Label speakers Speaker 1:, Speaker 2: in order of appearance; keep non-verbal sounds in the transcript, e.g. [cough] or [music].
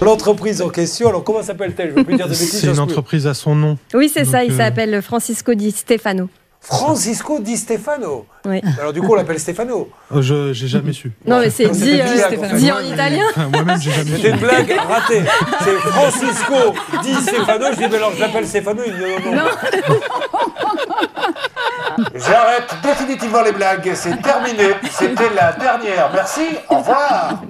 Speaker 1: L'entreprise en question, alors comment s'appelle-t-elle Je veux plus dire de bêtises.
Speaker 2: C'est
Speaker 1: j'ose
Speaker 2: une
Speaker 1: plus.
Speaker 2: entreprise à son nom.
Speaker 3: Oui, c'est
Speaker 2: Donc,
Speaker 3: ça, il
Speaker 2: euh,
Speaker 3: s'appelle Francisco Di Stefano.
Speaker 1: Francisco Di Stefano.
Speaker 3: Oui.
Speaker 1: Alors du coup, on l'appelle Stefano.
Speaker 2: Euh, Je
Speaker 1: [laughs]
Speaker 2: j'ai jamais su.
Speaker 3: Non, mais c'est
Speaker 1: Donc,
Speaker 3: dit,
Speaker 1: c'était
Speaker 3: euh,
Speaker 1: Di Stefano.
Speaker 3: dit en italien.
Speaker 2: Enfin, Moi-même, j'ai jamais su.
Speaker 1: C'était une blague ratée. C'est Francisco Di Stefano. Je dis, mais alors je l'appelle Stefano. Il dit, non, non.
Speaker 4: J'arrête définitivement les blagues, c'est terminé. C'était la dernière. Merci, au revoir.